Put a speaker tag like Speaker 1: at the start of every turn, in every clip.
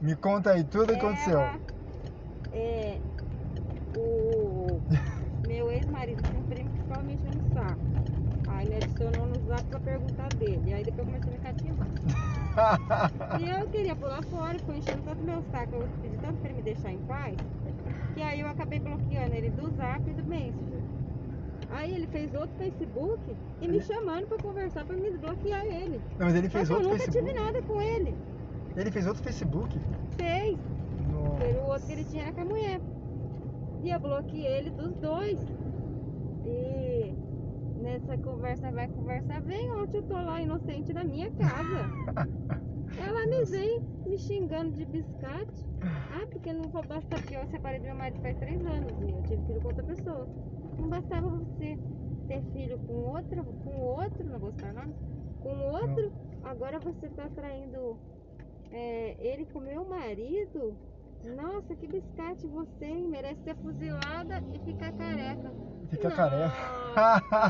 Speaker 1: Me conta aí tudo o que aconteceu.
Speaker 2: Ela, é, o meu ex-marido tinha um primo que ficava me enchendo o saco. Aí me adicionou no zap pra perguntar dele. Aí depois eu comecei a me cativar. E eu queria pular fora, foi enchendo tanto meu saco, eu pedi tanto pra ele me deixar em paz, que aí eu acabei bloqueando ele do zap e do Messenger. Aí ele fez outro Facebook e me chamando pra conversar pra me desbloquear ele.
Speaker 1: Não, mas ele
Speaker 2: Só
Speaker 1: fez
Speaker 2: que eu
Speaker 1: outro
Speaker 2: nunca
Speaker 1: Facebook.
Speaker 2: tive nada com ele.
Speaker 1: Ele fez outro Facebook.
Speaker 2: Fez.
Speaker 1: No-
Speaker 2: Era o outro que ele tinha era com a mulher. E eu bloqueei ele dos dois. E nessa conversa vai, conversa vem, ontem eu tô lá inocente na minha casa. Ela me vem me xingando de biscate. Ah, porque não vou bastar que eu separei do meu marido faz três anos e eu tive filho com outra pessoa. Não bastava você ter filho com outro, com outro, não vou citar nome, com outro, agora você tá traindo é, ele com meu marido. Nossa, que biscate você, hein? Merece ser fuzilada e ficar careca.
Speaker 1: Ficar
Speaker 2: Nossa. Aí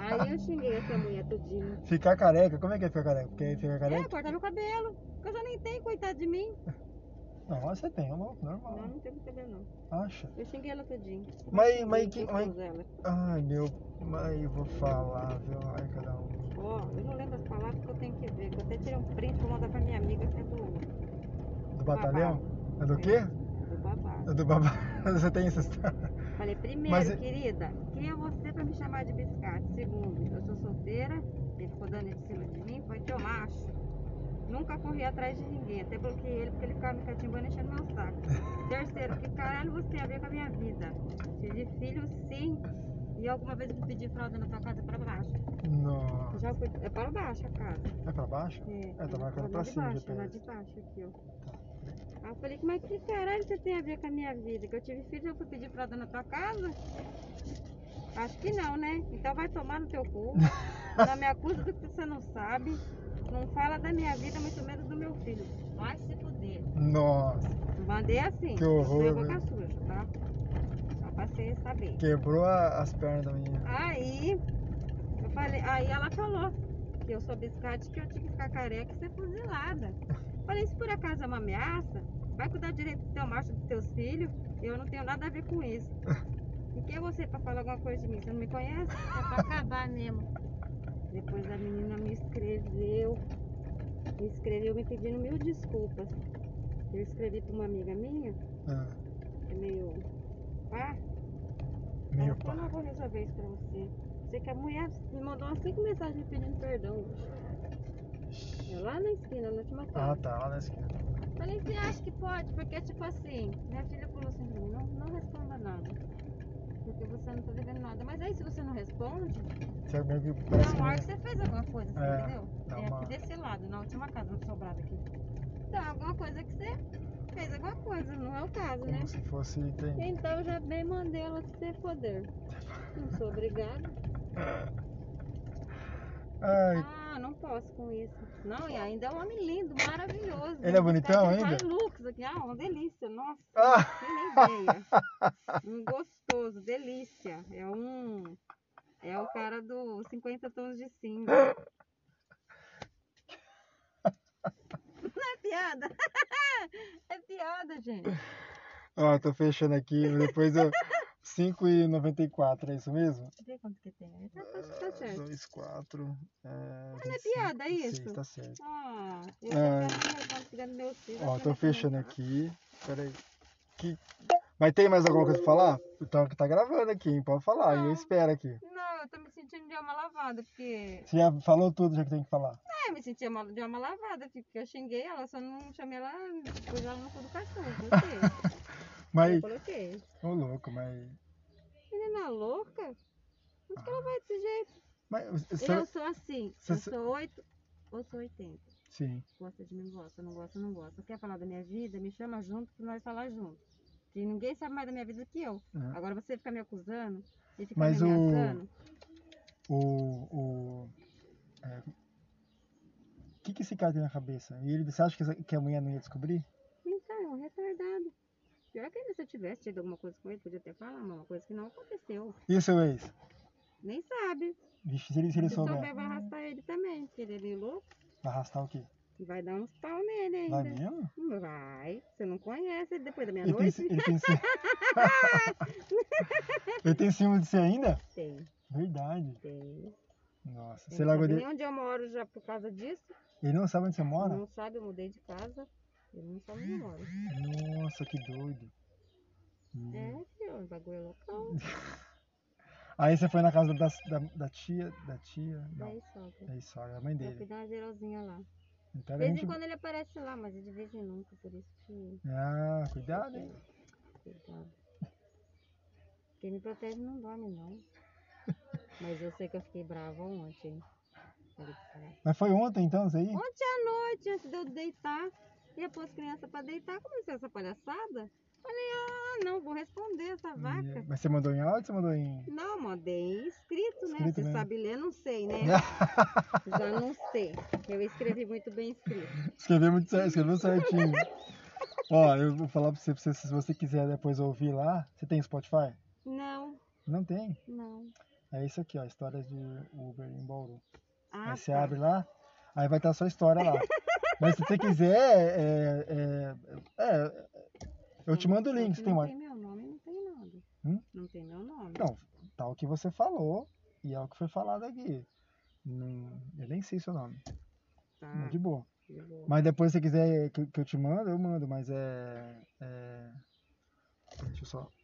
Speaker 1: careca.
Speaker 2: eu xinguei essa mulher tudinho.
Speaker 1: ficar careca. Como é que é ficar careca? Porque ficar
Speaker 2: É,
Speaker 1: careca?
Speaker 2: cortar meu cabelo. Que eu já nem tenho, coitado de mim.
Speaker 1: Não, você tem, é louco, normal.
Speaker 2: Não, não tenho cabelo não.
Speaker 1: Acha?
Speaker 2: Eu xinguei ela tudinho.
Speaker 1: Mas, mas que.
Speaker 2: Quem
Speaker 1: Mas,
Speaker 2: fez ela?
Speaker 1: ai, meu. Mas eu vou falar, viu? Ai, cada um.
Speaker 2: Ó, eu não lembro as palavras que eu tenho que ver. Que eu até tirei um print pra mandar pra minha amiga que é do,
Speaker 1: Do batalhão? É do quê?
Speaker 2: do babado.
Speaker 1: É do babá. Você tem essa história?
Speaker 2: Falei, primeiro,
Speaker 1: Mas é-
Speaker 2: querida, quem é você pra me chamar de biscate? Segundo, eu sou solteira, ele ficou dando em cima de mim, foi teu macho. Nunca corri atrás de ninguém, até bloqueei ele porque ele ficava me catimbando e enchendo meu saco. Terceiro, que caralho você tem a ver com a minha vida? Tive filho, sim. E alguma vez eu pedi fralda na tua casa pra baixo.
Speaker 1: Não.
Speaker 2: Já fui, é para baixo a casa.
Speaker 1: É pra baixo?
Speaker 2: É,
Speaker 1: tá marcado
Speaker 2: lá
Speaker 1: pra
Speaker 2: de
Speaker 1: cima,
Speaker 2: baixo, né?
Speaker 1: GPS.
Speaker 2: lá de baixo aqui, ó. Aí eu falei, mas que caralho você tem a ver com a minha vida? Que eu tive filho, eu fui pedir pra dona tua casa? Acho que não, né? Então vai tomar no teu cu. não me acusa do que você não sabe. Não fala da minha vida, muito menos do meu filho. Vai se fuder.
Speaker 1: Nossa.
Speaker 2: Mandei assim.
Speaker 1: Que
Speaker 2: eu sou
Speaker 1: horror, né?
Speaker 2: a boca suja, tá? Só pra você saber.
Speaker 1: Quebrou a- as pernas da menina.
Speaker 2: Aí eu falei, aí ela falou que eu sou biscate, que eu tinha que ficar careca e ser fuzilada. Falei, se por acaso é uma ameaça, vai cuidar direito do teu macho dos teus filhos, eu não tenho nada a ver com isso. E quem é você pra falar alguma coisa de mim? Você não me conhece? É pra acabar mesmo. Depois a menina me escreveu, me escreveu me pedindo mil desculpas. Eu escrevi pra uma amiga minha,
Speaker 1: Ah,
Speaker 2: que é meio pá,
Speaker 1: meu
Speaker 2: É, eu falei,
Speaker 1: pai.
Speaker 2: não vou resolver isso pra você. Você que a mulher me mandou umas cinco mensagens me pedindo perdão hoje. É lá na esquina, na última
Speaker 1: Ah,
Speaker 2: casa.
Speaker 1: tá, lá na esquerda.
Speaker 2: Falei, você acha que pode? Porque, tipo assim, minha filha falou assim pra mim, não, não responda nada. Porque você não tá devendo nada. Mas aí, se você não responde,
Speaker 1: Você é meio que parece
Speaker 2: na hora que
Speaker 1: meio...
Speaker 2: você fez alguma coisa, você
Speaker 1: É,
Speaker 2: entendeu?
Speaker 1: dá
Speaker 2: É
Speaker 1: uma-
Speaker 2: aqui desse lado, na última casa, no sobrado aqui. Então, alguma coisa que você fez alguma coisa, não é o caso, né?
Speaker 1: como se fosse. Tem...
Speaker 2: Então eu já bem mandei ela ter poder. Não sou obrigada.
Speaker 1: Ai,
Speaker 2: Ah, não posso com isso. Não, e ainda é um homem lindo, maravilhoso.
Speaker 1: Ele é
Speaker 2: Um
Speaker 1: bonitão
Speaker 2: cara que
Speaker 1: ainda?
Speaker 2: tem Hilux aqui. Ah, uma delícia. Nossa,
Speaker 1: Ah!
Speaker 2: que ideia. Um gostoso, delícia. É um. É o cara do 50 tons de cinza. Não é piada. É piada, gente.
Speaker 1: ó, tô fechando aqui, mas depois eu. 5,94, é isso mesmo?
Speaker 2: Vê quanto que tem. Tá, tá, tá certo.
Speaker 1: 2, 4. É,
Speaker 2: Não é
Speaker 1: 25,
Speaker 2: piada, é
Speaker 1: 26,
Speaker 2: isso?
Speaker 1: tá certo.
Speaker 2: Ah, eu
Speaker 1: Ah.
Speaker 2: tô cuidando do meu filho.
Speaker 1: Ó,
Speaker 2: assim,
Speaker 1: tô
Speaker 2: vai
Speaker 1: fechando
Speaker 2: começar.
Speaker 1: aqui. Peraí. Que... Mas tem mais alguma coisa pra falar? Então que tá gravando aqui, hein? Pode falar, eu
Speaker 2: Não.
Speaker 1: espero aqui.
Speaker 2: Não, eu tô me sentindo de alma lavada, porque.
Speaker 1: Você já falou tudo já que tem que falar.
Speaker 2: É, eu me senti mal- de alma lavada, tipo, porque eu xinguei ela, só não chamei ela, pus ela no cu do cachorro. Gostei.
Speaker 1: Mas,
Speaker 2: Eu coloquei.
Speaker 1: ô louco, mas.
Speaker 2: Menina louca? Onde que ela vai desse jeito?
Speaker 1: Mas,
Speaker 2: Eu
Speaker 1: você...
Speaker 2: sou assim.
Speaker 1: cê-
Speaker 2: eu
Speaker 1: cê-
Speaker 2: sou 8 ou sou 80.
Speaker 1: Sim.
Speaker 2: Gosta de mim, gosta, não gosta, não gosta. Quer falar da minha vida? Me chama junto que nós falar junto. Que ninguém sabe mais da minha vida que eu.
Speaker 1: Uhum.
Speaker 2: Agora você fica me acusando e fica
Speaker 1: Mas o-
Speaker 2: me ameaçando.
Speaker 1: o. O é, que, que esse cara tem na cabeça? E ele, você acha que, essa- que a mulher não ia descobrir?
Speaker 2: Então, é um retardado. Pior que ainda se eu tivesse tido alguma coisa com ele, podia até falar, mas uma coisa que não aconteceu.
Speaker 1: E o seu ex?
Speaker 2: Nem sabe.
Speaker 1: Vixe, se ele, se ele
Speaker 2: Se souber,
Speaker 1: souber,
Speaker 2: vai arrastar ele também, porque ele é meio louco.
Speaker 1: vai arrastar o quê?
Speaker 2: Vai dar uns pau nele
Speaker 1: Vai né?
Speaker 2: ainda. É
Speaker 1: mesmo?
Speaker 2: Vai. Você não conhece ele depois da
Speaker 1: Ele tem,
Speaker 2: meia-noite?
Speaker 1: ci- ele, tem, ci- ele tem ciúme de você ainda?
Speaker 2: Tem,
Speaker 1: Verdade.
Speaker 2: tem.
Speaker 1: Nossa.
Speaker 2: Ele tá
Speaker 1: Você
Speaker 2: não
Speaker 1: largou
Speaker 2: sabe
Speaker 1: dele.
Speaker 2: nem onde eu moro já por causa disso.
Speaker 1: Ele não sabe onde você mora?
Speaker 2: Não sabe, eu mudei de casa. Ele não sabe onde eu moro.
Speaker 1: Nossa, que doido. Hum.
Speaker 2: É, filho, o bagulho é loucão.
Speaker 1: Aí você foi na casa da, da, da tia. Da tia. Não.
Speaker 2: Daí sogra.
Speaker 1: É isso, sogra, a mãe
Speaker 2: Eu fui
Speaker 1: dele.
Speaker 2: dar uma geralzinha lá.
Speaker 1: Então
Speaker 2: De
Speaker 1: era
Speaker 2: vez em
Speaker 1: gente.
Speaker 2: quando ele aparece lá, mas é de vez em nunca, por isso que
Speaker 1: Ah, cuidado, hein?
Speaker 2: cuidado. Quem me protege não dorme, não. Mas eu sei que eu fiquei brava ontem. Falei, "Caraca,
Speaker 1: Mas foi ontem então, isso aí?
Speaker 2: Ontem à noite, antes de eu deitar, ia pôr as crianças pra deitar, comecei é essa palhaçada. Falei, ah, não, vou responder essa vaca.
Speaker 1: E- Mas você mandou em áudio ou você mandou em.
Speaker 2: Não, mandei escrito, né?
Speaker 1: Escrito,
Speaker 2: Você
Speaker 1: né?
Speaker 2: sabe ler, não sei, né? Já não sei. Eu escrevi muito bem escrito.
Speaker 1: Escreveu muito certo, escreveu certinho. Ó, eu vou falar pra você, pra você, se você quiser depois ouvir lá. Você tem Spotify?
Speaker 2: Não,
Speaker 1: Não tem.
Speaker 2: não.
Speaker 1: É isso aqui, ó. Histórias de Uber em Bauru.
Speaker 2: Ah,
Speaker 1: aí você
Speaker 2: tá.
Speaker 1: abre lá, aí vai estar a sua história lá. Mas se você quiser, é, é- é- Eu te mando o link, você tem
Speaker 2: Não
Speaker 1: mais.
Speaker 2: tem meu nome, não tem nada.
Speaker 1: Hum?
Speaker 2: Não tem meu nome.
Speaker 1: Não, tá o que você falou e é o que foi falado aqui. Não, eu nem sei seu nome.
Speaker 2: Tá,
Speaker 1: mas De boa.
Speaker 2: de boa.
Speaker 1: Mas depois se você quiser que, que eu te mando, eu mando, mas é. é... Deixa eu só.